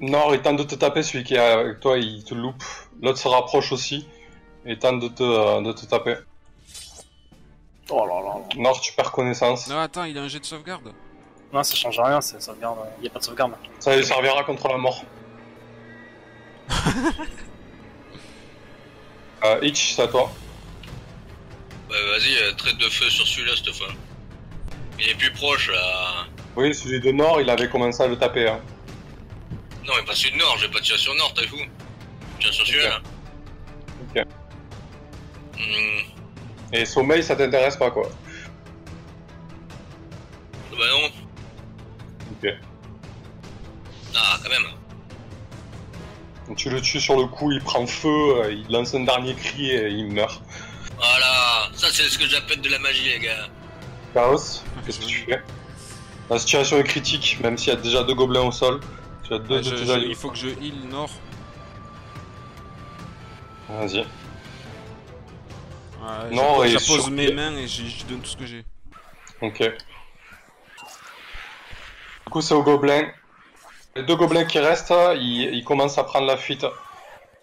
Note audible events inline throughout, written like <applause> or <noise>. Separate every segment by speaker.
Speaker 1: Nord, il tente de te taper, celui qui est avec toi, il te loupe. L'autre se rapproche aussi et tente de te, euh, de te taper.
Speaker 2: Oh là là là.
Speaker 1: Nord, tu perds connaissance.
Speaker 3: Non, attends, il a un jet de sauvegarde.
Speaker 2: Non, ça change rien, c'est sauvegarde. Il n'y a pas de sauvegarde. hein.
Speaker 1: Ça lui servira contre la
Speaker 3: <laughs>
Speaker 1: mort. euh, Itch, c'est à toi.
Speaker 4: Bah vas-y, euh, traite de feu sur celui-là cette fois. Il est plus proche là.
Speaker 1: Oui, celui de Nord, il avait commencé à le taper. hein.
Speaker 4: Non mais pas celui de Nord, je vais pas tirer sur Nord, t'es fou. Je tire sur celui-là.
Speaker 1: Ok.
Speaker 4: Hmm,
Speaker 1: Et sommeil, ça t'intéresse pas quoi.
Speaker 4: bah non.
Speaker 1: Ok.
Speaker 4: Ah quand même.
Speaker 1: Donc, tu le tues sur le coup, il prend feu, euh, il lance un dernier cri et il meurt.
Speaker 4: Voilà. Ça c'est ce que j'appelle de la magie les gars.
Speaker 1: Chaos,
Speaker 3: Ah,
Speaker 1: qu'est-ce que tu fais La situation est critique, même s'il y a déjà deux gobelins au sol. Tu as deux
Speaker 3: Ah,
Speaker 1: de
Speaker 3: je-
Speaker 1: tes
Speaker 3: je-
Speaker 1: alliés.
Speaker 3: il faut que je heal Nord.
Speaker 1: Vas-y.
Speaker 3: Ouais,
Speaker 1: Nord
Speaker 3: je,
Speaker 1: est
Speaker 3: je pose
Speaker 1: sur-
Speaker 3: mes mains et je, je donne tout ce que j'ai.
Speaker 1: Ok. Du coup, c'est aux gobelins. Les deux gobelins qui restent, ils, ils commencent à prendre la fuite.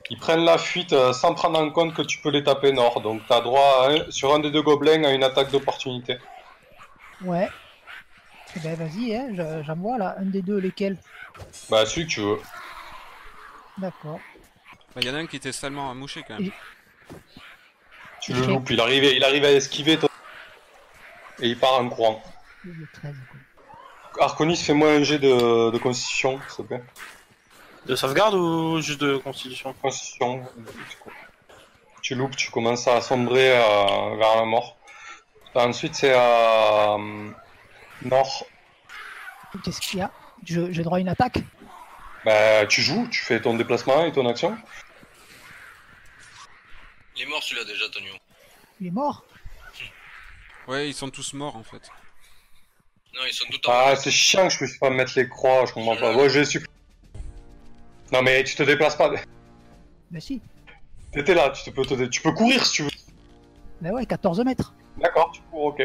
Speaker 1: Ils prennent la fuite euh, sans prendre en compte que tu peux les taper nord. Donc, t'as droit à un- sur un des deux gobelins à une attaque d'opportunité.
Speaker 5: Ouais. Eh ben vas-y, hein, je- j'en vois là, un des deux, lesquels
Speaker 1: Bah, celui que tu veux.
Speaker 5: D'accord.
Speaker 3: Bah, y en a un qui était salement amouché quand même.
Speaker 1: Tu le
Speaker 5: Ok.
Speaker 1: loupes. Il arrive, il arrive à esquiver. toi. Et il part en courant.
Speaker 5: Le 13, quoi.
Speaker 1: Arconis, fais-moi un jet de, de constitution, s'il te plaît.
Speaker 2: De sauvegarde ou juste de constitution
Speaker 1: Constitution. Tu loupes, tu commences à sombrer euh, vers la mort. Bah, Ensuite, c'est à euh, Nord.
Speaker 5: Qu'est-ce qu'il y a Je- J'ai droit à une attaque
Speaker 1: Bah, tu joues, tu fais ton déplacement et ton action.
Speaker 4: Il est mort celui-là déjà Tonio.
Speaker 5: Il est mort
Speaker 3: Ouais, ils sont tous morts en fait. <laughs>
Speaker 4: Non ils sont tout en
Speaker 1: Ah, c'est chiant que je puisse pas mettre les croix, je comprends pas. Ouais, je les supprime. Non, mais tu te déplaces pas.
Speaker 5: Ben si.
Speaker 1: T'étais là, tu, te peux te- tu peux courir si tu veux.
Speaker 5: Ben ouais, 14 mètres.
Speaker 1: D'accord, tu cours, ok.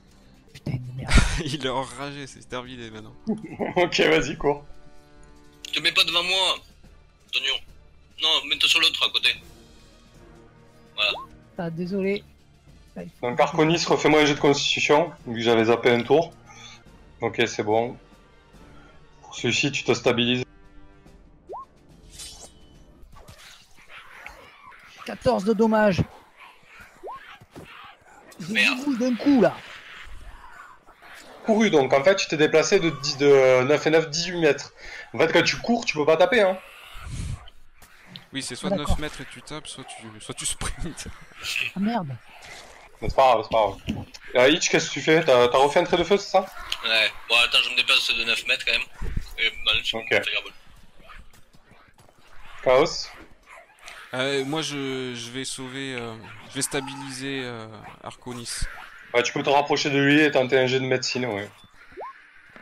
Speaker 1: <laughs>
Speaker 5: Putain de merde.
Speaker 3: il est enragé, c'est terminé maintenant.
Speaker 1: ok, vas-y, cours.
Speaker 4: Te mets pas devant moi. Tonio. Non, mets-toi sur l'autre à côté.
Speaker 5: Ah, désolé. Ben, il faut-
Speaker 1: Donc Arconis, refais-moi un jeu de constitution, vu que j'avais zappé un tour. Ok, c'est bon. Pour celui-ci, tu te stabilises.
Speaker 5: 14 de dommages. Je
Speaker 4: Merde.
Speaker 5: vous d'un coup là.
Speaker 1: Couru, donc en fait, tu t'es déplacé de, 10 de 9 et 9, 18 mètres. En fait, quand tu cours, tu peux pas taper, hein.
Speaker 3: Oui, c'est soit
Speaker 5: D'accord.
Speaker 3: 9 mètres et tu tapes, soit tu, soit tu <laughs> sprints.
Speaker 5: Ah merde.
Speaker 1: Mais c'est pas grave, c'est pas grave. Euh, Hitch, qu'est-ce que tu fais T'as t'as refait un trait de feu, c'est ça
Speaker 4: Ouais. Bon attends, je me déplace de 9 mètres quand même. Et bah, je-
Speaker 1: Ok.
Speaker 4: c'est grave.
Speaker 1: Chaos
Speaker 3: Euh, moi, je, je vais sauver. euh, je vais stabiliser euh, Arconis.
Speaker 1: Bah, tu peux te rapprocher de lui et tenter un jet de médecine, oui.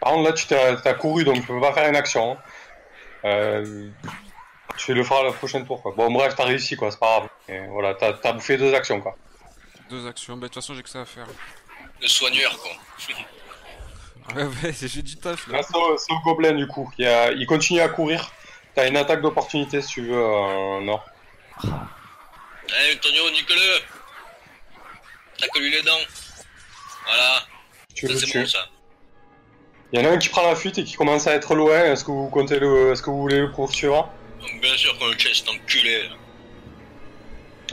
Speaker 1: Par contre, là, tu t'as t'as couru, donc tu peux pas faire une action. hein. Euh, tu le feras le prochain tour, quoi. Bon, bref, t'as réussi, quoi, c'est pas grave. Et voilà, t'as t'as bouffé deux actions, quoi.
Speaker 3: Deux actions. Bah, de toute façon, j'ai que ça à faire. <laughs>
Speaker 4: Le soigneur quoi.
Speaker 3: Ouais, ouais, j'ai du taf là.
Speaker 1: Là, c'est au, c'est au gobelin du coup. Il, y a- il continue à courir. T'as une attaque d'opportunité si tu veux. euh, non.
Speaker 4: Allez Tonio, Eh, nique-le. T'as que lui les dents. Voilà.
Speaker 1: Tu
Speaker 4: ça
Speaker 1: le
Speaker 4: c'est
Speaker 1: tuer.
Speaker 4: bon ça.
Speaker 1: Il y en a un qui prend la fuite et qui commence à être loin. Est-ce que vous comptez le, est-ce que vous voulez le poursuivre
Speaker 4: Donc, bien sûr qu'on le tient cet enculé. là.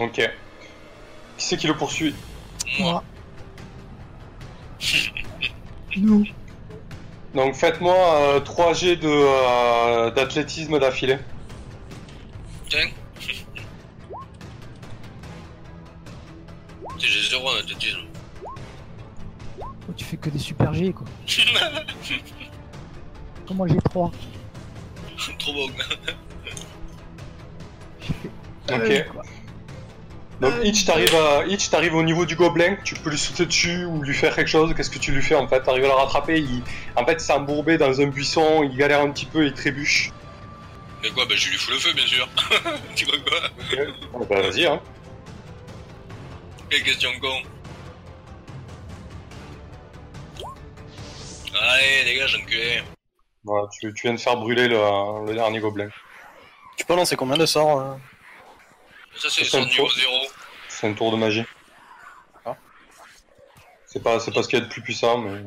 Speaker 1: Ok. Qui c'est qui le poursuit
Speaker 4: Moi.
Speaker 5: Nous.
Speaker 1: Donc faites-moi 3 G de euh, d'athlétisme d'affilée.
Speaker 4: Tiens. Putain, J'ai zéro en athlétisme. <laughs>
Speaker 5: Oh, tu fais que des super G quoi. Comment j'ai 3
Speaker 4: Trop bon.
Speaker 5: J'ai fait.
Speaker 1: Ok.
Speaker 5: Euh, quoi.
Speaker 1: Donc Hitch t'arrives à Hitch t'arrives au niveau du gobelin. Tu peux lui sauter dessus ou lui faire quelque chose. Qu'est-ce que tu lui fais en fait T'arrives à le rattraper. Il, en fait, c'est embourbé dans un buisson. Il galère un petit peu. Il trébuche.
Speaker 4: Mais quoi, bah je lui fous le feu bien sûr. <laughs> tu crois quoi
Speaker 1: Ah bah vas-y hein.
Speaker 4: Quelle question con. Allez dégage enculé.
Speaker 1: Voilà, tu, tu viens de faire brûler le, le dernier gobelin.
Speaker 2: Tu peux lancer combien de sorts euh
Speaker 4: Ça, c'est le
Speaker 1: Ça,
Speaker 4: sort
Speaker 1: ça me
Speaker 4: niveau
Speaker 1: faut-
Speaker 4: 0.
Speaker 1: C'est un tour de magie.
Speaker 2: Ah.
Speaker 1: C'est pas, c'est pas ce qu'il y a de plus puissant, mais...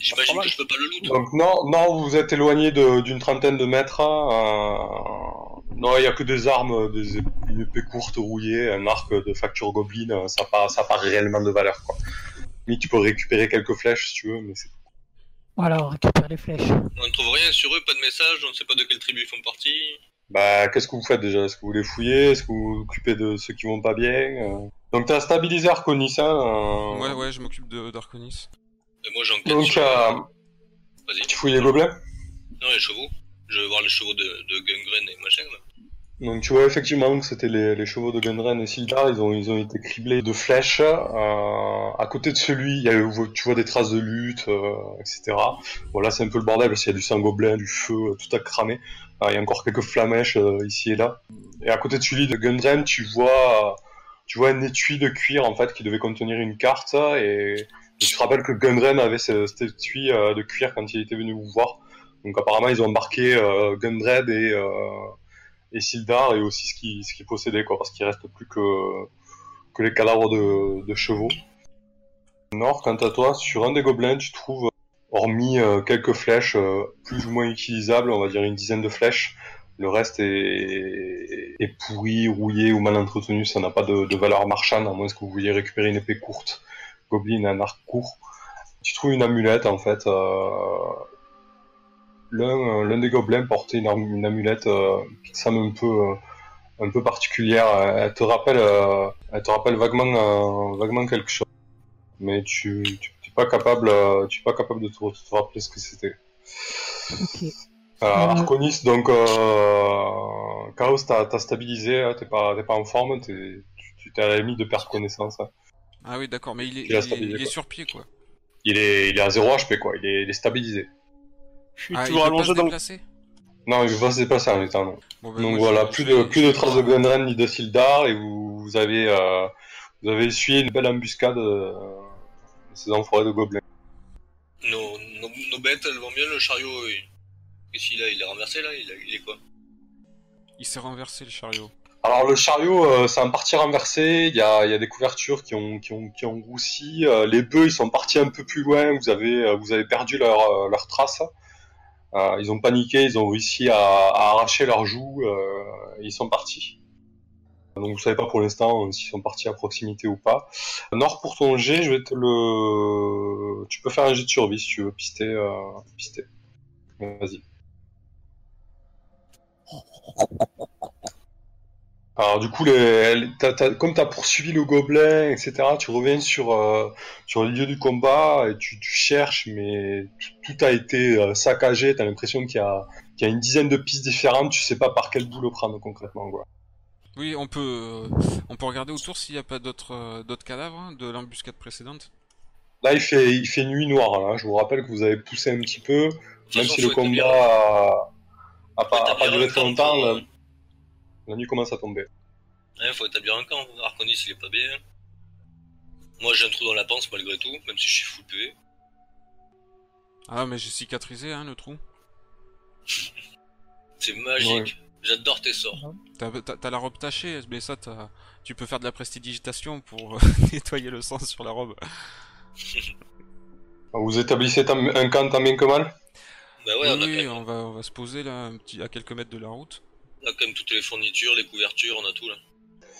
Speaker 4: J'imagine
Speaker 2: mal.
Speaker 4: que je peux pas le loot.
Speaker 1: Donc non, non, vous êtes éloigné de- d'une trentaine de mètres. hein, euh, Non, il y a que des armes, des ép- une épée courte rouillée, un arc de facture gobeline, euh, ça part, ça part réellement de valeur quoi. Mais tu peux récupérer quelques flèches si tu veux, mais c'est
Speaker 5: Voilà, on récupère les flèches.
Speaker 4: On ne trouve rien sur eux, pas de message, on ne sait pas de quelle tribu ils font partie.
Speaker 1: Bah, qu'est-ce que vous faites déjà Est-ce que vous les fouillez Est-ce que vous vous occupez de ceux qui vont pas bien Euh, Donc t'as stabilisé Arconis, hein euh,
Speaker 3: Ouais, ouais, je m'occupe de- d'Arconis.
Speaker 4: Et moi, j'enquête.
Speaker 1: Donc
Speaker 4: sur-
Speaker 1: euh,
Speaker 4: Vas-y.
Speaker 1: tu fouilles les gobelins
Speaker 4: Non, les chevaux. Je veux voir les chevaux de, de Gungren et machin. là.
Speaker 1: Donc tu vois effectivement que c'était les, les chevaux de Gundren et Sildar, ils ont, ils ont été criblés de flèches. euh, à côté de celui, il y a, eu- tu vois des traces de lutte, euh, etc. Voilà, c'est un peu le bordel parce qu'il y a du sang gobelin, du feu, euh, tout à cramer. Ah, il y a encore quelques flamèches euh, ici et là. Et à côté de celui de Gundren, tu vois, euh, tu vois un étui de cuir en fait qui devait contenir une carte. Et, et tu te rappelles que Gundren avait ce- cet étui euh, de cuir quand il était venu vous voir. Donc apparemment ils ont embarqué euh, Gundren et euh, et Sildar et aussi ce qui ce qui possédait quoi parce qu'il reste plus que que les cadavres de, de chevaux. Nord, quant à toi, sur un des gobelins, tu trouves, hormis euh, quelques flèches euh, plus ou moins utilisables, on va dire une dizaine de flèches, le reste est, est pourri, rouillé ou mal entretenu, ça n'a pas de, de valeur marchande, à moins que vous vouliez récupérer une épée courte, gobeline, un arc court. Tu trouves une amulette, en fait. euh, L'un euh, l'un des gobelins portait une, am- une amulette euh, qui te semble un peu, euh, un peu particulière. Euh, Elle te rappelle, euh, elle te rappelle vaguement, euh, vaguement quelque chose. Mais tu n'es pas capable, euh, tu es pas capable de te, de te rappeler ce que c'était.
Speaker 5: Ok.
Speaker 1: Euh,
Speaker 5: Euh,
Speaker 1: Arconis, donc euh, Chaos, t'as t'as stabilisé, hein, t'es pas, t'es pas en forme, t'es- tu tu t'es à la limite de perdre connaissance. hein.
Speaker 3: Ah oui, d'accord, mais il est,
Speaker 1: Il
Speaker 3: il
Speaker 1: a
Speaker 3: est-
Speaker 1: stabilisé,
Speaker 3: il est
Speaker 1: quoi.
Speaker 3: sur pied, quoi.
Speaker 1: Il est, il est à 0 HP quoi, il est, il est stabilisé.
Speaker 2: Je suis
Speaker 3: Ah, il
Speaker 2: toujours
Speaker 3: peut pas
Speaker 2: allongé
Speaker 3: se
Speaker 2: dans le.
Speaker 3: déplacer
Speaker 1: Non, il va se déplacer en étant non.
Speaker 3: Bon, ben,
Speaker 1: Donc
Speaker 3: moi,
Speaker 1: voilà,
Speaker 3: je- Ah,
Speaker 1: plus
Speaker 3: je
Speaker 1: de,
Speaker 3: vais-
Speaker 1: plus de traces de Glenren ni de Sildar et vous, vous avez, euh, vous avez essuyé une belle embuscade euh, de ces enfoirés de gobelins.
Speaker 4: Nos, nos, nos bêtes, elles vont bien, le chariot. Et... Qu'est-ce qu'il a Il est renversé là il, a- il est quoi
Speaker 3: Il s'est renversé le chariot.
Speaker 1: Alors le chariot, euh, c'est en partie renversé. Il y a, il y a des couvertures qui ont, qui ont, qui ont roussi. euh, les bœufs, ils sont partis un peu plus loin. Vous avez, euh, vous avez perdu leur, euh, leur trace. Euh, ils ont paniqué. Ils ont réussi à, à arracher leurs joues. euh, et ils sont partis. Donc vous savez pas pour l'instant euh, s'ils sont partis à proximité ou pas. Nord pour ton jet, je vais te le. Tu peux faire un jet de survie si tu veux pister. euh, pister. Bon, Vas-y. Alors du coup, les, les- t'as- t'as- comme tu as poursuivi le gobelin, etc., tu reviens sur, euh, sur le lieu du combat et tu, tu cherches, mais tout- tout a été euh, saccagé, tu as l'impression qu'il y, a- qu'il y a une dizaine de pistes différentes, tu sais pas par quel bout le prendre concrètement. Quoi.
Speaker 3: Oui, on peut, euh, on peut regarder autour s'il n'y a pas d'autres, euh, d'autres cadavres hein, de l'embuscade précédente.
Speaker 1: Là, il fait, il fait nuit noire, là. je vous rappelle que vous avez poussé un petit peu,
Speaker 4: De toute
Speaker 1: même
Speaker 4: façon,
Speaker 1: si le
Speaker 4: faut établir-
Speaker 1: combat a, a
Speaker 4: faut
Speaker 1: pas, a
Speaker 4: établir
Speaker 1: pas duré
Speaker 4: un
Speaker 1: très
Speaker 4: camp
Speaker 1: longtemps,
Speaker 4: pour-
Speaker 1: la, la nuit commence à tomber.
Speaker 4: Ouais, hein, faut établir un camp. Arconis, il est pas bien. Moi, j'ai un trou dans la panse malgré tout, même si je suis full PV.
Speaker 3: Ah, mais j'ai cicatrisé hein, le trou.
Speaker 4: C'est magique. J'adore tes sorts.
Speaker 3: T'as, t'as- t'as la robe tachée, mais ça, t'as- tu peux faire de la prestidigitation pour euh, <laughs> nettoyer le sang sur la robe.
Speaker 1: Vous établissez tam- un camp tant bien que mal
Speaker 4: Bah
Speaker 3: Oui,
Speaker 4: ouais, on, a quand
Speaker 3: oui,
Speaker 4: même,
Speaker 3: on va, on va se poser là, un petit, à quelques mètres de la route.
Speaker 4: on a quand même toutes les fournitures, les couvertures, on a tout là.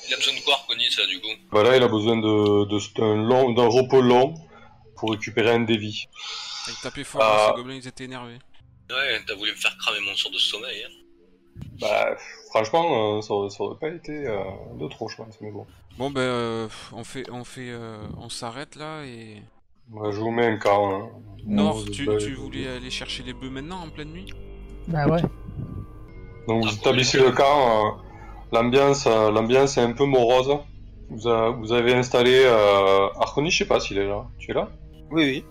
Speaker 4: Il a besoin de quoi, Arconis, là, du coup
Speaker 1: Voilà, il a besoin de, de- d'un long- d'un repos long pour récupérer un dévi.
Speaker 3: Ils tapaient fort,
Speaker 1: Ah.
Speaker 3: hein, ces gobelins, ils étaient énervés.
Speaker 4: Ouais, t'as voulu me faire cramer mon sort de sommeil. Hein.
Speaker 1: Bah, franchement, euh, ça, aurait- ça aurait pas été euh, de trop, je pense, mais bon.
Speaker 3: Bon, ben, euh, on fait, on fait, euh, on s'arrête là et.
Speaker 1: Bah, je vous mets un cas. Hein.
Speaker 3: Nord,
Speaker 1: Bon,
Speaker 3: tu,
Speaker 1: bah,
Speaker 3: tu voulais aller chercher les bœufs maintenant en pleine nuit
Speaker 5: Bah ouais.
Speaker 1: Donc,
Speaker 3: Ah,
Speaker 1: vous établissez le camp. euh, L'ambiance euh, l'ambiance est un peu morose. Vous, a- vous avez installé. Euh... Arconis, je sais pas s'il est là. Tu es là
Speaker 2: Oui, oui.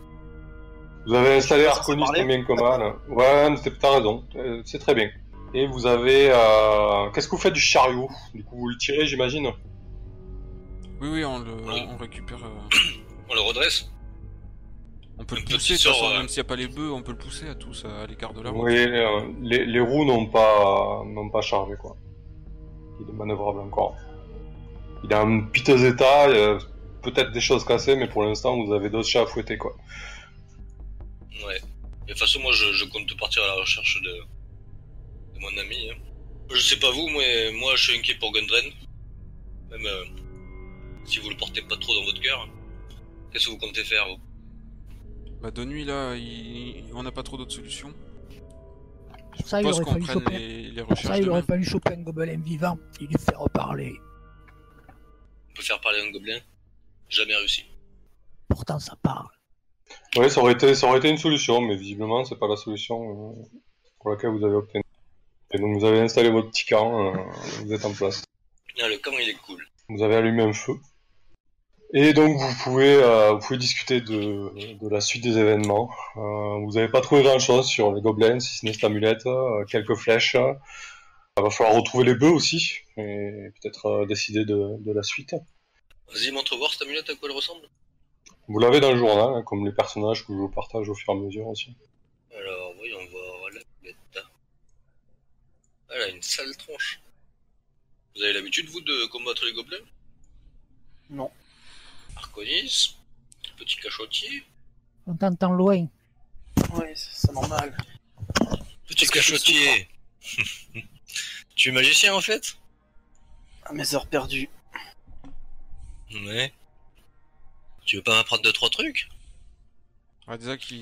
Speaker 1: Vous avez installé
Speaker 2: Je sais pas si
Speaker 1: Arconis
Speaker 2: c'est
Speaker 1: combien
Speaker 2: parlé.
Speaker 1: comme mal. Ouais, mais t'as t'as raison. euh, C'est très bien. Et vous avez. Euh... Qu'est-ce que vous faites du chariot Du coup, vous le tirez, j'imagine
Speaker 3: Oui, oui, on le,
Speaker 4: Oui.
Speaker 3: on récupère. euh,
Speaker 4: On le redresse
Speaker 3: On peut le
Speaker 4: Un petit
Speaker 3: pousser, de toute
Speaker 4: sort,
Speaker 3: façon,
Speaker 4: euh,
Speaker 3: même s'il n'y a pas les bœufs, on peut le pousser à tous à l'écart de la route.
Speaker 1: Oui, euh, les, les roues n'ont pas, n'ont pas chargé, quoi. Il est manœuvrable encore. Il est en piteux état, euh, peut-être des choses cassées, mais pour l'instant, vous avez d'autres chats à fouetter, quoi.
Speaker 4: Ouais. Et de toute façon, moi, je, je compte partir à la recherche de, de mon ami. hein. Je sais pas vous, mais moi, je suis inquiet pour Gundren. Même euh, si vous le portez pas trop dans votre cœur, qu'est-ce que vous comptez faire vous
Speaker 3: Bah, de nuit, là, il- on n'a pas trop d'autres solutions.
Speaker 5: Pour ça, il
Speaker 3: Pense
Speaker 5: aurait
Speaker 3: qu'on
Speaker 5: fallu
Speaker 3: prenne
Speaker 5: choper.
Speaker 3: les, les
Speaker 5: Pour ça,
Speaker 3: recherches
Speaker 5: il aurait
Speaker 3: demain.
Speaker 5: fallu choper un gobelin vivant et lui faire parler.
Speaker 4: On peut faire parler un gobelin Jamais réussi.
Speaker 5: Pourtant, ça parle.
Speaker 1: Oui, ça aurait été, ça aurait été une solution, mais visiblement, c'est pas la solution euh, pour laquelle vous avez obtenu. Et donc, vous avez installé votre petit camp, euh, vous êtes en place.
Speaker 4: Ah, le camp, il est cool.
Speaker 1: Vous avez allumé un feu. Et donc vous pouvez, euh, vous pouvez discuter de, de la suite des événements. Euh, vous n'avez pas trouvé grand-chose sur les gobelins, si ce n'est cette amulette, euh, quelques flèches. Il va falloir retrouver les bœufs aussi, et peut-être euh, décider de, de la suite.
Speaker 4: Vas-y, montre voir cette amulette à quoi elle ressemble.
Speaker 1: Vous l'avez dans le journal, hein, comme les personnages que je vous partage au fur et à mesure aussi.
Speaker 4: Alors, voyons voir l'amulette. Elle a une sale tronche. Vous avez l'habitude, vous, de combattre les gobelins
Speaker 2: Non.
Speaker 4: Arconis, petit cachotier.
Speaker 5: On t'entend loin.
Speaker 2: Ouais, c'est normal.
Speaker 4: Petit
Speaker 2: Parce que je suis
Speaker 4: cachotier. <laughs> tu es magicien en fait
Speaker 2: À mes heures perdues.
Speaker 4: Ouais. Tu veux pas m'apprendre deux trois trucs
Speaker 3: Ah, déjà qu'il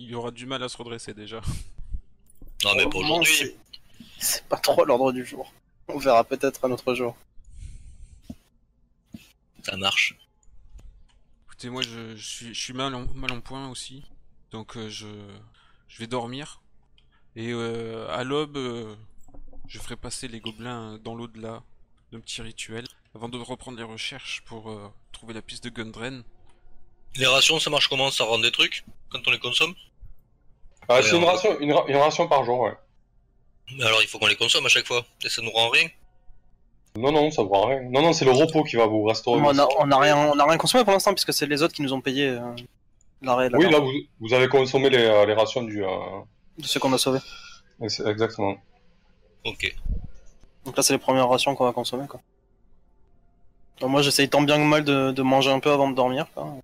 Speaker 3: il aura du mal à se redresser déjà.
Speaker 4: Non mais pour
Speaker 2: Au moment,
Speaker 4: aujourd'hui.
Speaker 2: Oh, c'est- C'est pas trop à l'ordre du jour. On verra peut-être un autre jour.
Speaker 4: Ça marche.
Speaker 3: Écoutez, moi je, je suis, je suis mal, en, mal en point aussi. Donc euh, je, je vais dormir. Et euh, à l'aube, euh, je ferai passer les gobelins dans l'au-delà d'un petit rituel. Avant de reprendre les recherches pour euh, trouver la piste de Gundren.
Speaker 4: Les rations ça marche comment Ça rend des trucs quand on les consomme
Speaker 1: Ah,
Speaker 4: Ouais,
Speaker 1: c'est une
Speaker 4: on va-
Speaker 1: ration, une, ra- une ration par jour, ouais.
Speaker 4: Mais alors il faut qu'on les consomme à chaque fois. Et ça nous rend rien.
Speaker 1: Non, non, ça ne prend rien. Non, non, c'est le repos qui va vous restaurer.
Speaker 2: on, a, on a rien, on a rien consommé pour l'instant puisque c'est les autres qui nous ont payé euh, l'arrêt là,
Speaker 1: Oui, là, vous, vous avez consommé les, euh, les rations du... euh,
Speaker 2: de ceux qu'on a sauvés.
Speaker 1: ex- Exactement.
Speaker 4: Ok.
Speaker 2: Donc là, c'est les premières rations qu'on va consommer, quoi. Donc moi, j'essaye tant bien que mal de, de manger un peu avant de dormir, quoi.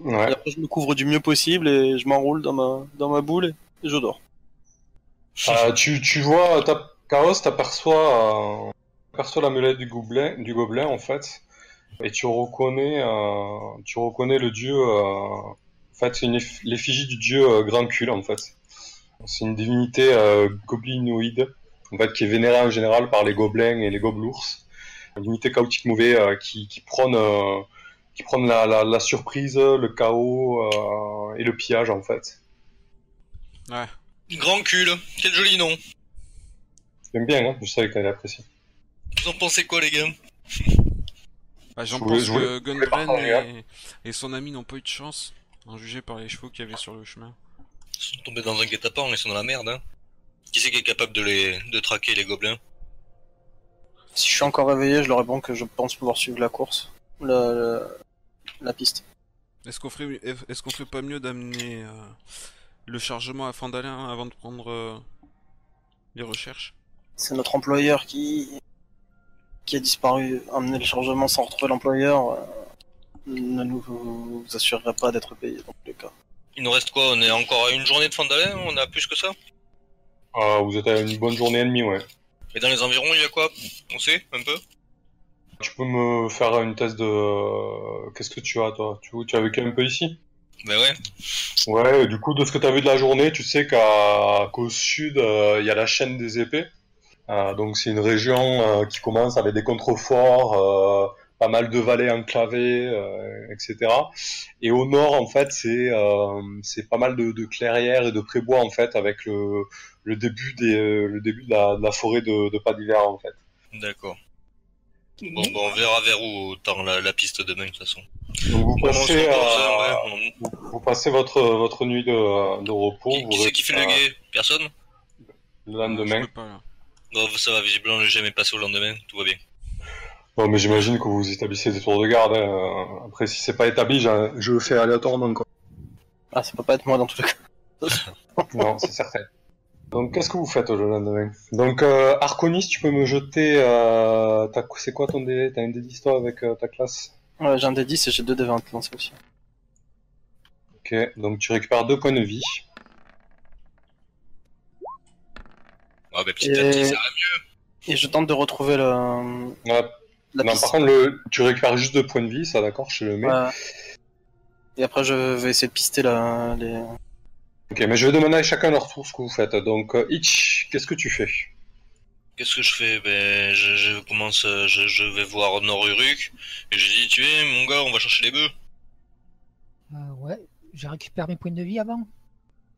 Speaker 1: Ouais.
Speaker 2: Et après, je me couvre du mieux possible et je m'enroule dans ma, dans ma boule et je dors.
Speaker 1: Euh, tu, tu vois, t'as- Chaos, t'aperçois euh, t'aperçois l'amulette du gobelin, du gobelin en fait, et tu reconnais, euh, tu reconnais le dieu, euh, en fait, c'est une eff- l'effigie du dieu euh, Grancule en fait. C'est une divinité euh, goblinoïde, en fait, qui est vénérée en général par les gobelins et les gobelours. Une divinité chaotique mauvaise euh, qui, qui prône, euh, qui prône la, la, la surprise, le chaos euh, et le pillage en fait.
Speaker 3: Ouais.
Speaker 4: Grand cul, quel joli nom.
Speaker 1: J'aime bien, hein, je savais qu'elle apprécier.
Speaker 4: Vous en pensez quoi les gars
Speaker 3: Bah, J'en
Speaker 1: Je voulais-
Speaker 3: pense
Speaker 1: je voulais-
Speaker 3: que
Speaker 1: voulais pas
Speaker 3: Gundren
Speaker 1: parler, hein.
Speaker 3: et, et son ami n'ont pas eu de chance, en jugé par les chevaux qu'il y avait sur le chemin.
Speaker 4: Ils sont tombés dans un guet-apens, ils sont dans la merde hein. Qui c'est qui est capable de les de traquer les gobelins
Speaker 2: Si je suis encore réveillé, je leur réponds que je pense pouvoir suivre la course, la, la, la piste.
Speaker 3: Est-ce qu'on ferait, est-ce qu'on ferait pas mieux d'amener euh, le chargement à Fandalin avant de prendre euh, les recherches
Speaker 2: C'est notre employeur qui, qui a disparu. Amener le chargement sans retrouver l'employeur euh, ne nous vous assurerait pas d'être payé dans tous les cas.
Speaker 4: Il nous reste quoi On est encore à une journée de Fandalin On a plus que ça
Speaker 1: Ah, vous êtes à une bonne journée et demie, ouais.
Speaker 4: Et dans les environs, il y a quoi On sait un peu
Speaker 1: Tu peux me faire une thèse de. Qu'est-ce que tu as, toi tu, tu as vécu un peu ici
Speaker 4: Ben ouais.
Speaker 1: Ouais, du coup, de ce que tu as vu de la journée, tu sais qu'à, qu'au sud, euh, il y a la chaîne des épées. Euh, donc, c'est une région euh, qui commence avec des contreforts, euh, pas mal de vallées enclavées, euh, etc. Et au nord, en fait, c'est, euh, c'est pas mal de, de clairières et de prébois, en fait, avec le, le début, des, euh, le début de, la, de la forêt de, de pas d'hiver, en fait.
Speaker 4: D'accord.
Speaker 2: Mmh.
Speaker 4: Bon, bah, on verra vers où tend la, la piste demain, de toute façon.
Speaker 1: Donc, vous
Speaker 4: Bon, on se
Speaker 1: passez.
Speaker 4: retrouve
Speaker 1: euh,
Speaker 4: ça, ouais, on-
Speaker 1: Vous, vous passez votre, votre nuit de, de repos.
Speaker 4: Qui,
Speaker 1: vous
Speaker 4: qui c'est qui fait le
Speaker 1: restez,
Speaker 4: guet Personne
Speaker 1: euh, le
Speaker 3: Je
Speaker 1: lendemain.
Speaker 3: peux pas, là.
Speaker 4: Bon, ça va, visiblement, j'ai jamais passé au lendemain, tout va bien.
Speaker 1: Non, mais j'imagine
Speaker 4: <laughs>
Speaker 1: que vous établissez des tours de garde. hein. Après, si c'est pas établi, je, je fais aléatoirement. Quoi.
Speaker 2: Ah, ça peut pas être moi dans tous les cas. <laughs>
Speaker 1: Non, c'est certain. Donc, qu'est-ce que vous faites le lendemain Donc, euh, Arconis, tu peux me jeter. Euh, t'as- c'est quoi ton délai T'as une dédice toi avec euh, ta classe
Speaker 2: Ouais, j'ai un des 10 et j'ai 2 des 20 lancés aussi.
Speaker 1: Ok, donc tu récupères deux points de vie.
Speaker 4: Ah, bah, petit à petit,
Speaker 2: Et-
Speaker 4: ça va mieux.
Speaker 2: Et je tente de retrouver le...
Speaker 1: Ouais,
Speaker 2: la
Speaker 1: non,
Speaker 2: piste.
Speaker 1: par contre, le, tu récupères juste deux points de vie, ça d'accord, je le mets.
Speaker 2: Ouais. Et après, je vais essayer de pister la... les.
Speaker 1: Ok, mais je vais demander à chacun leur tour ce que vous faites. Donc, euh, Itch, qu'est-ce que tu fais
Speaker 4: Qu'est-ce que je fais Ben, je, je commence, euh, je, je vais voir Noruruk, et je dis, tu es mon gars, on va chercher les bœufs.
Speaker 5: Euh, ouais, j'ai récupéré mes points de vie avant,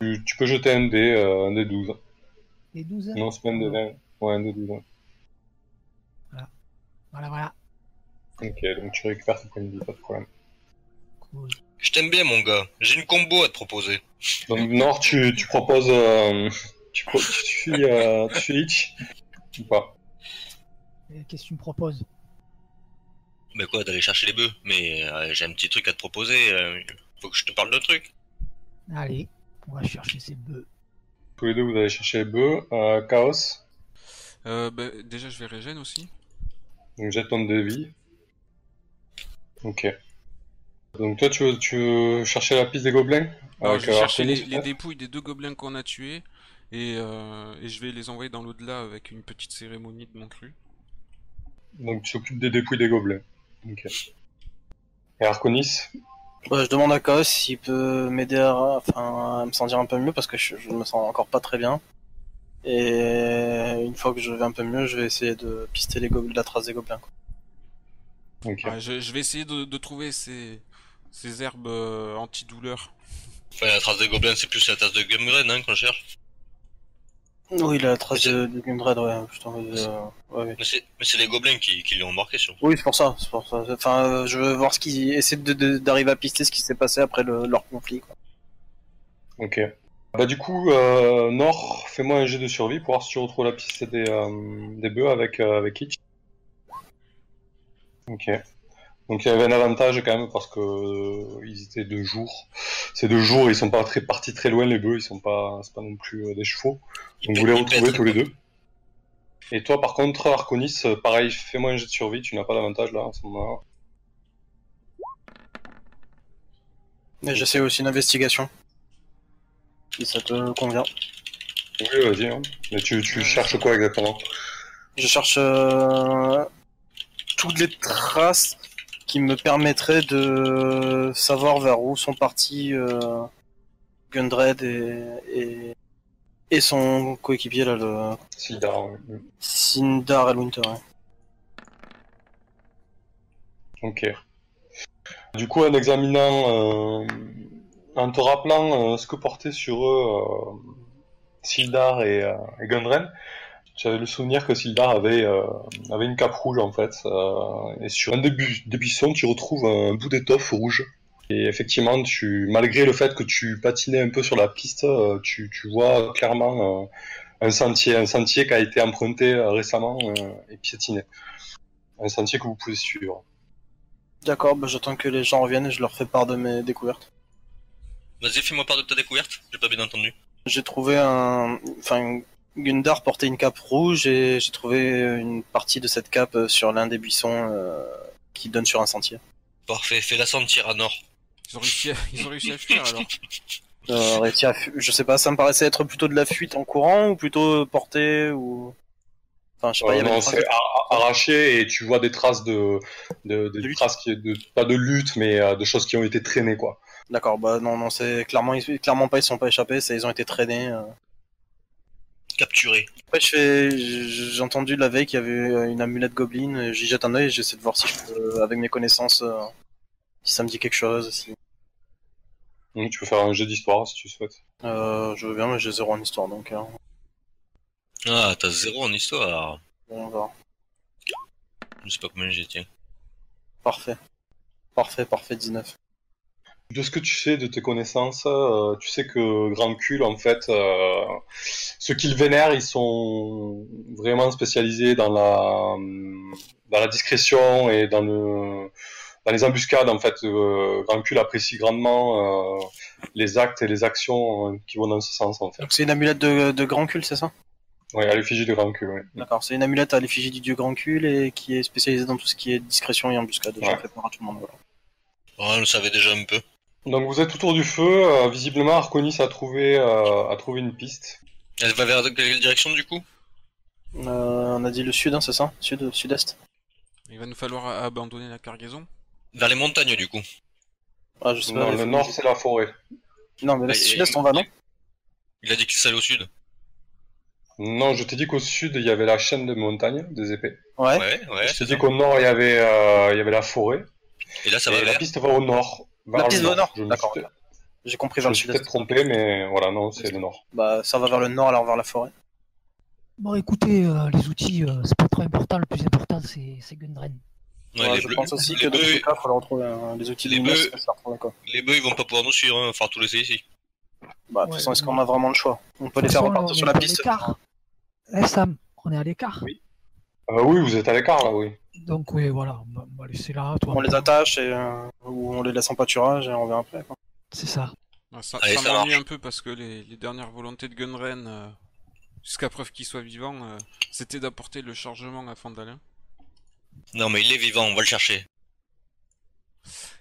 Speaker 1: tu, tu peux jeter un dé, euh, un dé 12.
Speaker 5: les 12.
Speaker 1: Non, c'est pas un dé 20. Ouais, un dé 12. ouais.
Speaker 5: Voilà, voilà.
Speaker 1: Ok, donc tu récupères tes points de vie, pas de problème.
Speaker 5: Cool.
Speaker 4: Je t'aime bien, mon gars. J'ai une combo à te proposer.
Speaker 1: Donc, Nord, tu, tu proposes. euh, tu, pro- tu suis, euh, tu suis Itch ou pas
Speaker 5: Euh, Qu'est-ce que tu me proposes
Speaker 4: Mais quoi, d'aller chercher les bœufs Mais euh, j'ai un petit truc à te proposer. euh, faut que je te parle d'un truc.
Speaker 5: Allez, on va chercher ces bœufs.
Speaker 1: Tous les deux, vous allez chercher les bœufs. Euh, Chaos,
Speaker 3: Euh, bah, déjà, je vais régène aussi.
Speaker 1: donc jette ton dé de vie. Ok. Donc, toi, tu veux, tu veux chercher la piste des gobelins
Speaker 3: Alors,
Speaker 1: Avec,
Speaker 3: je vais
Speaker 1: euh,
Speaker 3: chercher les,
Speaker 1: Arconis,
Speaker 3: les dépouilles des deux gobelins qu'on a tués et, euh, et je vais les envoyer dans l'au-delà avec une petite cérémonie de mon cru.
Speaker 1: hein? Donc tu t'occupes des dépouilles des gobelets. Ok. Et Arconis
Speaker 2: Ouais, Bah, je demande à Chaos s'il peut m'aider à... Enfin, à me sentir un peu mieux parce que je, je me sens encore pas très bien. Et une fois que je vais un peu mieux, je vais essayer de pister les gobelins, la trace des gobelins. quoi.
Speaker 1: Ok.
Speaker 3: Ouais, Ah, je, je vais essayer de, de trouver ces, ces herbes euh, antidouleurs.
Speaker 4: Enfin, la trace des gobelins, c'est plus la trace de Gumgren hein, qu'on cherche.
Speaker 2: Oui, la trace de, de Gundred, ouais. Je t'en veux, euh, ouais, ouais.
Speaker 4: Mais c'est mais c'est les gobelins qui, qui l'ont marqué, surtout.
Speaker 2: Oui, c'est pour ça. c'est Pour ça. Enfin, euh, je veux voir ce qui. Essayer de- de- d'arriver à pister ce qui s'est passé après le- leur conflit. Quoi.
Speaker 1: Ok. Bah du coup, euh, Nord, fais-moi un jet de survie pour voir si tu retrouves la piste des, euh, des bœufs avec, euh, avec Hitch. Ok. Donc il y avait un avantage quand même parce que euh, ils étaient deux jours. Ces deux jours, ils sont pas très partis très loin les bœufs, ils sont pas, c'est pas non plus euh, des chevaux. Donc vous les retrouvez tous les deux. Et toi par contre, Arconis, euh, pareil, fais-moi un jet de survie, tu n'as pas d'avantage là en ce moment-là.
Speaker 2: Et j'essaie aussi une investigation. Si ça te convient.
Speaker 1: Oui, vas-y. hein. Mais tu, tu
Speaker 3: Ouais.
Speaker 1: cherches quoi exactement
Speaker 2: Je cherche euh, toutes les traces qui me permettraient de savoir vers où sont partis euh, Gundred et, et, et son coéquipier, là, le
Speaker 1: Si, t'as- euh,
Speaker 2: Sindar Elwinter. ouais.
Speaker 1: Ok. Du coup, en examinant, euh, en te rappelant euh, ce que portaient sur eux euh, Sildar et, euh, et Gundren, j'avais le souvenir que Sildar avait, euh, avait une cape rouge en fait. euh, et sur un des, bu- des buissons, tu retrouves un bout d'étoffe rouge. Et effectivement, tu, malgré le fait que tu patinais un peu sur la piste, euh, tu, tu vois clairement euh, un sentier, un sentier qui a été emprunté euh, récemment euh, et piétiné. Un sentier que vous pouvez suivre.
Speaker 2: D'accord, bah, j'attends que les gens reviennent et je leur fais part de mes découvertes.
Speaker 4: Vas-y, fais-moi part de ta découverte. J'ai pas bien entendu.
Speaker 2: J'ai trouvé un. Enfin, Gundar portait une cape rouge et j'ai trouvé une partie de cette cape euh, sur l'un des buissons euh, qui donne sur un sentier.
Speaker 4: Parfait, fais-la sentir à Nord.
Speaker 3: Ils ont réussi à, <laughs> ils ont réussi à fuir alors.
Speaker 2: Euh, réussi à fu- Je sais pas, ça me paraissait être plutôt de la fuite en courant ou plutôt portée ou. Enfin, je sais pas, il y
Speaker 1: Euh,
Speaker 2: avait
Speaker 1: non,
Speaker 2: une trace de-
Speaker 1: c'est ar- arraché et tu vois des traces de, de, des
Speaker 2: De lutte.
Speaker 1: traces qui, de, pas de lutte, mais euh, de choses qui ont été traînées, quoi.
Speaker 2: D'accord, bah non, non, c'est clairement, ils... clairement pas, ils sont pas échappés, c'est ils ont été traînés. euh.
Speaker 4: Capturé.
Speaker 2: Après, je fais... j'ai j'ai entendu la veille qu'il y avait euh, une amulette goblin, et j'y jette un œil, j'essaie de voir si je peux, avec mes connaissances, euh, si ça me dit quelque chose, si.
Speaker 1: Donc, tu peux faire un jeu d'histoire si tu souhaites.
Speaker 2: Euh, je veux bien, mais j'ai zéro en histoire, donc euh,
Speaker 4: Ah, t'as zéro en histoire.
Speaker 2: on va voir.
Speaker 4: Je sais pas combien j'ai, tiens.
Speaker 2: Parfait. Parfait, parfait, 19.
Speaker 1: De ce que tu sais de tes connaissances, euh, tu sais que Grand Cul, en fait, euh, ceux qu'ils vénèrent, ils sont hum, vraiment spécialisés dans la, dans la discrétion et dans le, dans les embuscades, en fait, euh, Rancul apprécie grandement euh, les actes et les actions euh, qui vont dans ce sens, en fait.
Speaker 2: Donc c'est une amulette de, de grand cul, c'est ça
Speaker 1: Ouais, à l'effigie de Rancul, ouais.
Speaker 2: D'accord, c'est une amulette à l'effigie du dieu grand cul et qui est spécialisée dans tout ce qui est discrétion et embuscade. J'en
Speaker 1: Ouais.
Speaker 2: fais part à tout le monde. voilà.
Speaker 4: on Oh, le savait déjà un peu.
Speaker 1: Donc vous êtes autour du feu, euh, visiblement Arconis a trouvé, euh, a trouvé une piste.
Speaker 4: Elle va vers quelle direction du coup
Speaker 2: Euh, on a dit le sud, hein, c'est ça Sud, sud-est.
Speaker 3: Il va nous falloir a- abandonner la cargaison.
Speaker 4: Vers les montagnes du coup.
Speaker 2: Ah, je sais
Speaker 1: Non,
Speaker 2: pas.
Speaker 1: le nord c'est la forêt.
Speaker 2: Non, mais là,
Speaker 4: Et-
Speaker 2: c'est sud-est, on va, non
Speaker 4: Il a dit qu'il s'allait au sud.
Speaker 1: Non, je t'ai dit qu'au sud il y avait la chaîne de montagnes, des épées.
Speaker 2: Ouais.
Speaker 4: Ouais, ouais.
Speaker 1: je t'ai
Speaker 4: c'est
Speaker 1: dit
Speaker 4: ça.
Speaker 1: qu'au nord il y avait, euh, il y avait la forêt.
Speaker 4: Et là ça
Speaker 1: et
Speaker 4: va
Speaker 1: la
Speaker 4: vers.
Speaker 1: piste va au nord. vers
Speaker 2: La
Speaker 1: le
Speaker 2: piste va au nord.
Speaker 1: Je me
Speaker 2: D'accord,
Speaker 1: suis-
Speaker 2: J'ai compris
Speaker 1: Je
Speaker 2: vers
Speaker 1: me
Speaker 2: le
Speaker 1: suis
Speaker 2: sud-est.
Speaker 1: peut-être trompé, mais voilà, non, c'est le nord.
Speaker 2: Bah, ça va vers le nord, alors vers la forêt.
Speaker 5: Bon, écoutez, euh, les outils, euh, c'est pas très important. Le plus important, c'est c'est Gundren.
Speaker 4: Ouais,
Speaker 2: Ouais,
Speaker 4: les,
Speaker 2: je
Speaker 4: bleus,
Speaker 2: pense aussi
Speaker 4: les
Speaker 2: que dans tous
Speaker 4: bleus-
Speaker 2: les cas, il faudra retrouver euh, des outils de
Speaker 4: les
Speaker 2: lumière,
Speaker 4: bleus-
Speaker 2: c'est ça, retrouver, quoi.
Speaker 4: les bœufs ils vont pas pouvoir nous suivre, hein. enfin tous les ici.
Speaker 2: Bah, de toute
Speaker 5: Ouais,
Speaker 2: façon, est-ce
Speaker 5: ouais.
Speaker 2: qu'on a vraiment le choix On peut les
Speaker 5: De toute
Speaker 2: faire
Speaker 5: façon,
Speaker 2: repartir
Speaker 5: on
Speaker 2: sur
Speaker 5: est
Speaker 2: la
Speaker 5: à
Speaker 2: piste
Speaker 5: l'écart. Eh, Sam, on est à l'écart.
Speaker 1: Oui. Euh, oui, vous êtes à l'écart là, oui.
Speaker 5: Donc, oui, voilà, on va- on va laisser là. Toi,
Speaker 2: On les attache et, euh, ou on les laisse en pâturage et on verra après. quoi.
Speaker 5: C'est ça.
Speaker 3: Ah, ça
Speaker 4: Allez,
Speaker 3: ça
Speaker 4: ça
Speaker 3: m'ennuie un peu parce que les, les dernières volontés de Gunren, euh, jusqu'à preuve qu'il soit vivant, euh, c'était d'apporter le chargement à Fandalin.
Speaker 4: Non mais il est vivant, on va le chercher.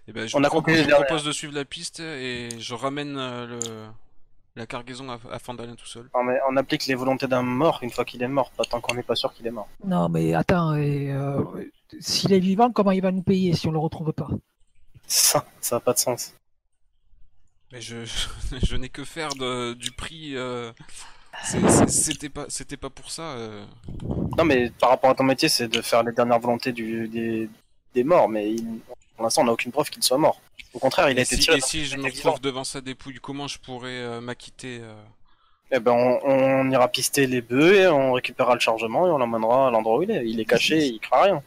Speaker 3: Et ben, je
Speaker 2: On a
Speaker 3: vous
Speaker 2: compris
Speaker 3: propose,
Speaker 2: les
Speaker 3: je vous
Speaker 2: dernières.
Speaker 3: propose de suivre la piste et je ramène euh, le, la cargaison à, à Fandalin tout seul.
Speaker 2: Non, mais on applique les volontés d'un mort une fois qu'il est mort, pas tant qu'on n'est pas sûr qu'il est mort.
Speaker 5: Non, mais attends, et, euh, s'il est vivant, comment il va nous payer si on le retrouve pas
Speaker 2: Ça, ça n'a pas de sens.
Speaker 3: Mais je, <laughs> je n'ai que faire de- du prix. euh, c'est- c'est- C'était pas, c'était pas pour ça. euh.
Speaker 2: Non, mais par rapport à ton métier, c'est de faire les dernières volontés du, des, des morts, mais il- pour l'instant, on n'a aucune preuve qu'il soit mort. Au contraire, il a
Speaker 3: Et
Speaker 2: été
Speaker 3: si,
Speaker 2: tiré.
Speaker 3: et si je
Speaker 2: était
Speaker 3: me
Speaker 2: vivant.
Speaker 3: retrouve devant sa dépouille, comment je pourrais euh, m'acquitter euh,
Speaker 2: Eh ben, on, on ira pister les bœufs et on récupérera le chargement et on l'emmènera à l'endroit où il est. Il est
Speaker 3: <laughs>
Speaker 2: caché, il craint rien.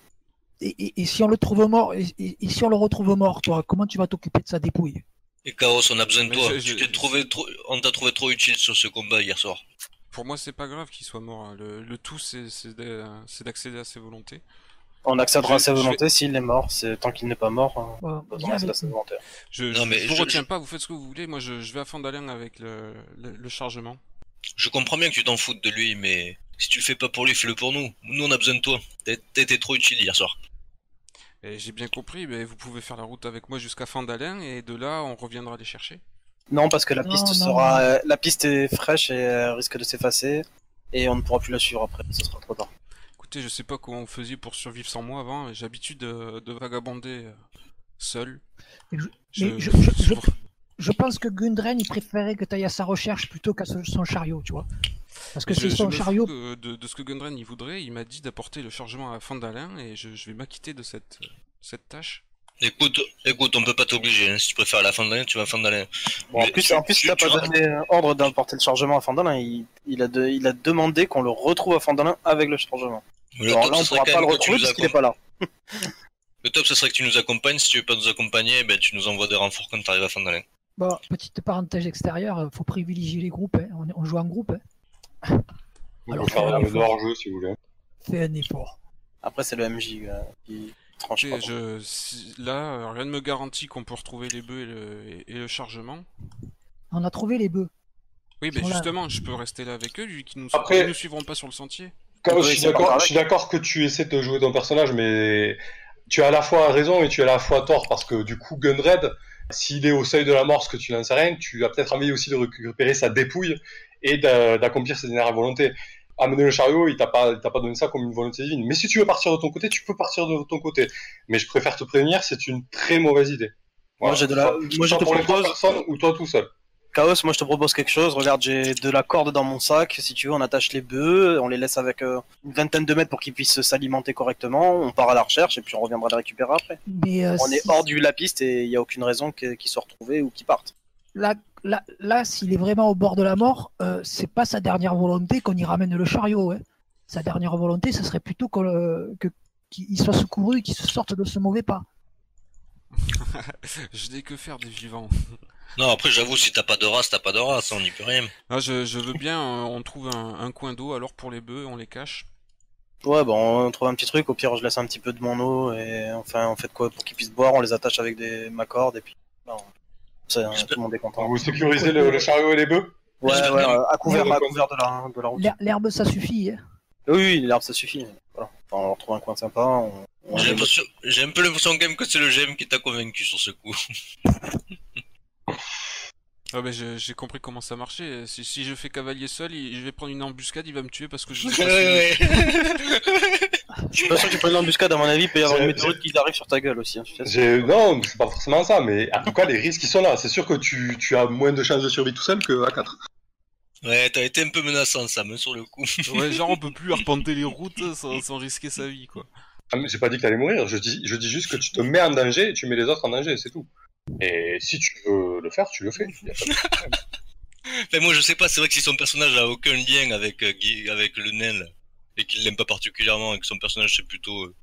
Speaker 5: et, et- et si on le trouve mort, et, et- et si on le retrouve mort, toi, comment tu vas t'occuper de sa dépouille
Speaker 4: Et Chaos, on a besoin de
Speaker 3: Mais
Speaker 4: toi.
Speaker 3: je- je-
Speaker 4: Tu t'es trouvé trop... On t'a trouvé trop utile sur ce combat hier soir.
Speaker 3: Pour moi, c'est pas grave qu'il soit mort. hein. Le, le tout, c'est c'est de- c'est d'accéder à ses volontés.
Speaker 2: On acceptera
Speaker 3: Je-
Speaker 2: sa
Speaker 3: je
Speaker 2: volonté s'il est mort. C'est tant qu'il n'est pas mort,
Speaker 5: Euh,
Speaker 2: euh, on
Speaker 5: viens
Speaker 2: reste à
Speaker 5: avec
Speaker 2: sa
Speaker 5: nous.
Speaker 2: volonté.
Speaker 3: Je,
Speaker 4: Non,
Speaker 3: je
Speaker 4: mais
Speaker 3: vous
Speaker 4: je-
Speaker 3: retiens pas, vous faites ce que vous voulez. Moi, je, je vais à Fandalin avec le, le, le chargement.
Speaker 4: Je comprends bien que tu t'en foutes de lui, mais si tu le fais pas pour lui, fais-le pour nous. Nous on a besoin de toi. T'es- T'étais trop utile hier soir.
Speaker 3: Et j'ai bien compris, mais vous pouvez faire la route avec moi jusqu'à Fandalin et de là, on reviendra les chercher.
Speaker 2: Non, parce que la
Speaker 5: Non,
Speaker 2: piste
Speaker 5: non,
Speaker 2: sera, euh, la piste est fraîche et euh, risque de s'effacer et on ne pourra plus la suivre après. Ce sera trop tard.
Speaker 3: Écoutez, je sais pas comment vous faisiez pour survivre sans moi avant. J'ai l'habitude de, de vagabonder euh, seul.
Speaker 5: Mais je- mais je- je- je-
Speaker 3: c'est pour-
Speaker 5: Je pense que Gundren, il préférait que tu ailles à sa recherche plutôt qu'à son- son chariot, tu vois. Parce que
Speaker 3: je-
Speaker 5: c'est
Speaker 3: je
Speaker 5: son
Speaker 3: me fous
Speaker 5: chariot.
Speaker 3: de, de- de ce que Gundren il voudrait. Il m'a dit d'apporter le chargement à Fandalin et je, je vais m'acquitter de cette, cette tâche.
Speaker 4: Écoute, écoute, on peut pas t'obliger. hein. Si tu préfères la fin de l'année, tu vas à la fin de l'année.
Speaker 2: Bon, en
Speaker 4: Mais
Speaker 2: plus,
Speaker 4: tu-
Speaker 2: en plus,
Speaker 4: tu-
Speaker 2: il n'a
Speaker 4: tu
Speaker 2: pas
Speaker 4: rappelles-
Speaker 2: donné euh, ordre d'importer le chargement à Fandalin. Il, il a, de- il a demandé qu'on le retrouve à Fandalin avec le chargement.
Speaker 4: Mais
Speaker 2: Alors
Speaker 4: top,
Speaker 2: là, on
Speaker 4: ce
Speaker 2: ne
Speaker 4: serait
Speaker 2: pourra
Speaker 4: quand
Speaker 2: pas le
Speaker 4: même que tu
Speaker 2: retrouver
Speaker 4: nous
Speaker 2: parce qu'il
Speaker 4: accom-
Speaker 2: n'est pas là.
Speaker 4: Le top, ce serait que tu nous accompagnes. Si tu veux pas nous accompagner, eh ben, tu nous envoies des renforts quand t'arrives à fin de l'année.
Speaker 5: Bon, bah, petite parenthèse extérieure, euh, faut privilégier les groupes. hein. On, on joue en groupe. hein.
Speaker 1: Vous
Speaker 5: Alors,
Speaker 1: pouvez faire
Speaker 5: alors,
Speaker 1: l'arme
Speaker 5: il
Speaker 1: de
Speaker 5: faut-
Speaker 1: hors-jeu si vous voulez.
Speaker 5: Fais un effort.
Speaker 2: Après, c'est le MJ euh, qui tranche.
Speaker 3: Écoutez,
Speaker 2: pas.
Speaker 3: je, si- là, euh, rien ne me garantit qu'on peut retrouver les bœufs et le, et- et le chargement.
Speaker 5: On a trouvé les bœufs.
Speaker 3: Oui, mais
Speaker 5: sont Oh là.
Speaker 3: justement, je peux rester là avec eux, lui, qui nous,
Speaker 1: Après-
Speaker 3: ils nous suivront pas sur le sentier.
Speaker 1: Quand-
Speaker 2: Oui,
Speaker 1: je, suis
Speaker 2: c'est pas
Speaker 1: d'accord,
Speaker 2: grave.
Speaker 1: je suis d'accord que tu essaies de jouer ton personnage, mais tu as à la fois raison et tu as à la fois tort, parce que du coup, Gundred, s'il est au seuil de la mort, ce que tu n'en sais rien, tu as peut-être envie aussi de récupérer sa dépouille et d'a- d'accomplir ses dernières volontés. Amener le chariot, il t'a pas, il t'a pas donné ça comme une volonté divine. Mais si tu veux partir de ton côté, tu peux partir de ton côté. Mais je préfère te prévenir, c'est une très mauvaise idée.
Speaker 2: Moi,
Speaker 1: Voilà.
Speaker 2: j'ai de la. Moi, je
Speaker 1: Soit
Speaker 2: te
Speaker 1: pour les trois
Speaker 2: propose.
Speaker 1: personnes ou toi tout seul.
Speaker 2: Chaos, moi je te propose quelque chose. Regarde, j'ai de la corde dans mon sac. Si tu veux, on attache les bœufs, on les laisse avec euh, une vingtaine de mètres pour qu'ils puissent s'alimenter correctement. On part à la recherche et puis on reviendra les récupérer après.
Speaker 5: Mais euh,
Speaker 2: On est
Speaker 5: si-
Speaker 2: hors du la piste et il n'y a aucune raison que- qu'ils soient retrouvés ou qu'ils partent.
Speaker 5: Là, là, là, s'il est vraiment au bord de la mort, euh, c'est pas sa dernière volonté qu'on y ramène le chariot. hein. Sa dernière volonté, ce serait plutôt qu'on le- que- qu'il soit secouru et qu'il se sorte de ce mauvais pas.
Speaker 3: Je n'ai que faire des vivants.
Speaker 4: Non, après, j'avoue, si t'as pas de race, t'as pas de race. hein, On n'y peut rien.
Speaker 3: Ah, je, je veux bien, euh, on trouve un, un coin d'eau alors pour les bœufs, on les cache.
Speaker 2: Ouais, bon, on trouve un petit truc. Au pire, je laisse un petit peu de mon eau et enfin, on fait de quoi pour qu'ils puissent boire On les attache avec des macordes et puis. Non. C'est- tout le monde est content.
Speaker 1: Ah, Vous sécurisez le, le chariot et les bœufs
Speaker 2: Ouais,
Speaker 4: J'espère
Speaker 2: ouais,
Speaker 4: que-
Speaker 2: euh, à couvert,
Speaker 1: Ouais,
Speaker 2: à
Speaker 1: comme-
Speaker 2: couvert de la, de la route.
Speaker 5: L'her- L'herbe, ça suffit. hein.
Speaker 2: Oui, oui, l'herbe, ça suffit. Voilà. Enfin, on leur trouve un coin sympa. On, on
Speaker 4: J'ai
Speaker 2: les-
Speaker 4: l'impression- j'ai un peu l'impression quand même que c'est le GM qui t'a convaincu sur ce coup.
Speaker 3: Ah ben je- j'ai compris comment ça marchait. Si, si je fais cavalier seul, il- je vais prendre une embuscade, il va me tuer parce
Speaker 4: <laughs>
Speaker 3: que je sais pas si-
Speaker 2: Je suis pas sûr que tu prennes l'embuscade, à mon avis, il peut y avoir
Speaker 1: C'est-
Speaker 2: une météorite qui arrive sur ta gueule aussi. hein, tu sais.
Speaker 1: J'ai- Non, c'est pas forcément ça, mais en tout cas, les risques ils sont là. C'est sûr que tu, tu as moins de chances de survie tout seul que à 4.
Speaker 4: Ouais, t'as été un peu menaçant, Sam, hein, sur le coup.
Speaker 3: Ouais, genre on peut plus arpenter les routes sans, sans risquer sa vie quoi.
Speaker 1: Ah, J'ai pas dit que t'allais mourir, je dis, je dis juste que tu te mets en danger et tu mets les autres en danger, c'est tout. Et si tu veux le faire, tu le fais. Y a pas de-
Speaker 4: Enfin, moi, je sais pas, c'est vrai que si son personnage a aucun lien avec, euh, Guy- avec le nain, là, et qu'il l'aime pas particulièrement, et que son personnage, c'est plutôt... euh,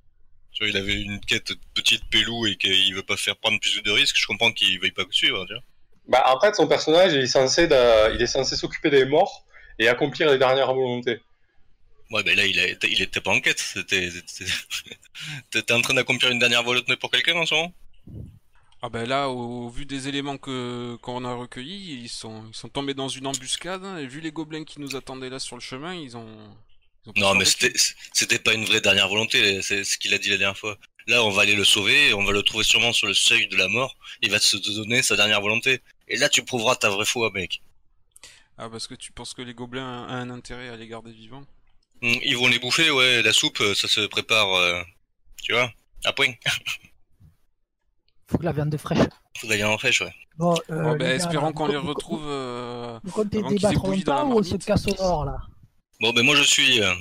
Speaker 4: tu vois, il avait une quête petite pelou et qu'il veut pas faire prendre plus de risques, je comprends qu'il veuille pas suivre, tu vois.
Speaker 1: Bah, en fait, son personnage il est censé, d'a- il est censé s'occuper des morts et accomplir les dernières volontés.
Speaker 4: Ouais, ben là, il, a, il était pas en quête, c'était... c'était- <laughs> T'étais en train d'accomplir une dernière volonté pour quelqu'un, en ce moment
Speaker 3: Ah ben là, au, au vu des éléments que qu'on a recueillis, ils sont ils sont tombés dans une embuscade hein, et vu les gobelins qui nous attendaient là sur le chemin, ils ont. ils ont pas
Speaker 4: Non, mais
Speaker 3: survécu.
Speaker 4: c'était c'était pas une vraie dernière volonté, c'est ce qu'il a dit la dernière fois. Là, on va aller le sauver, on va le trouver sûrement sur le seuil de la mort, il va se donner sa dernière volonté. Et là, tu prouveras ta vraie foi, mec.
Speaker 3: Ah parce que tu penses que les gobelins ont un intérêt à les garder vivants.
Speaker 4: Mm, Ils vont les bouffer, ouais, la soupe, euh, ça se prépare, euh, tu vois, à point. <laughs>
Speaker 5: Faut que la viande fraîche.
Speaker 4: Faut d'aller en fraîche, ouais.
Speaker 5: Bon, euh,
Speaker 3: Bon,
Speaker 5: les
Speaker 3: ben,
Speaker 5: gars,
Speaker 3: espérons
Speaker 5: là,
Speaker 3: qu'on
Speaker 5: vous-
Speaker 3: les
Speaker 5: vous-
Speaker 3: retrouve. euh,
Speaker 5: Vous comptez
Speaker 3: avant qu'ils aient
Speaker 5: débattre
Speaker 3: bouilli dans la
Speaker 5: longtemps ou on se
Speaker 3: marmite.
Speaker 5: casse au nord là
Speaker 4: Bon, ben moi je suis euh,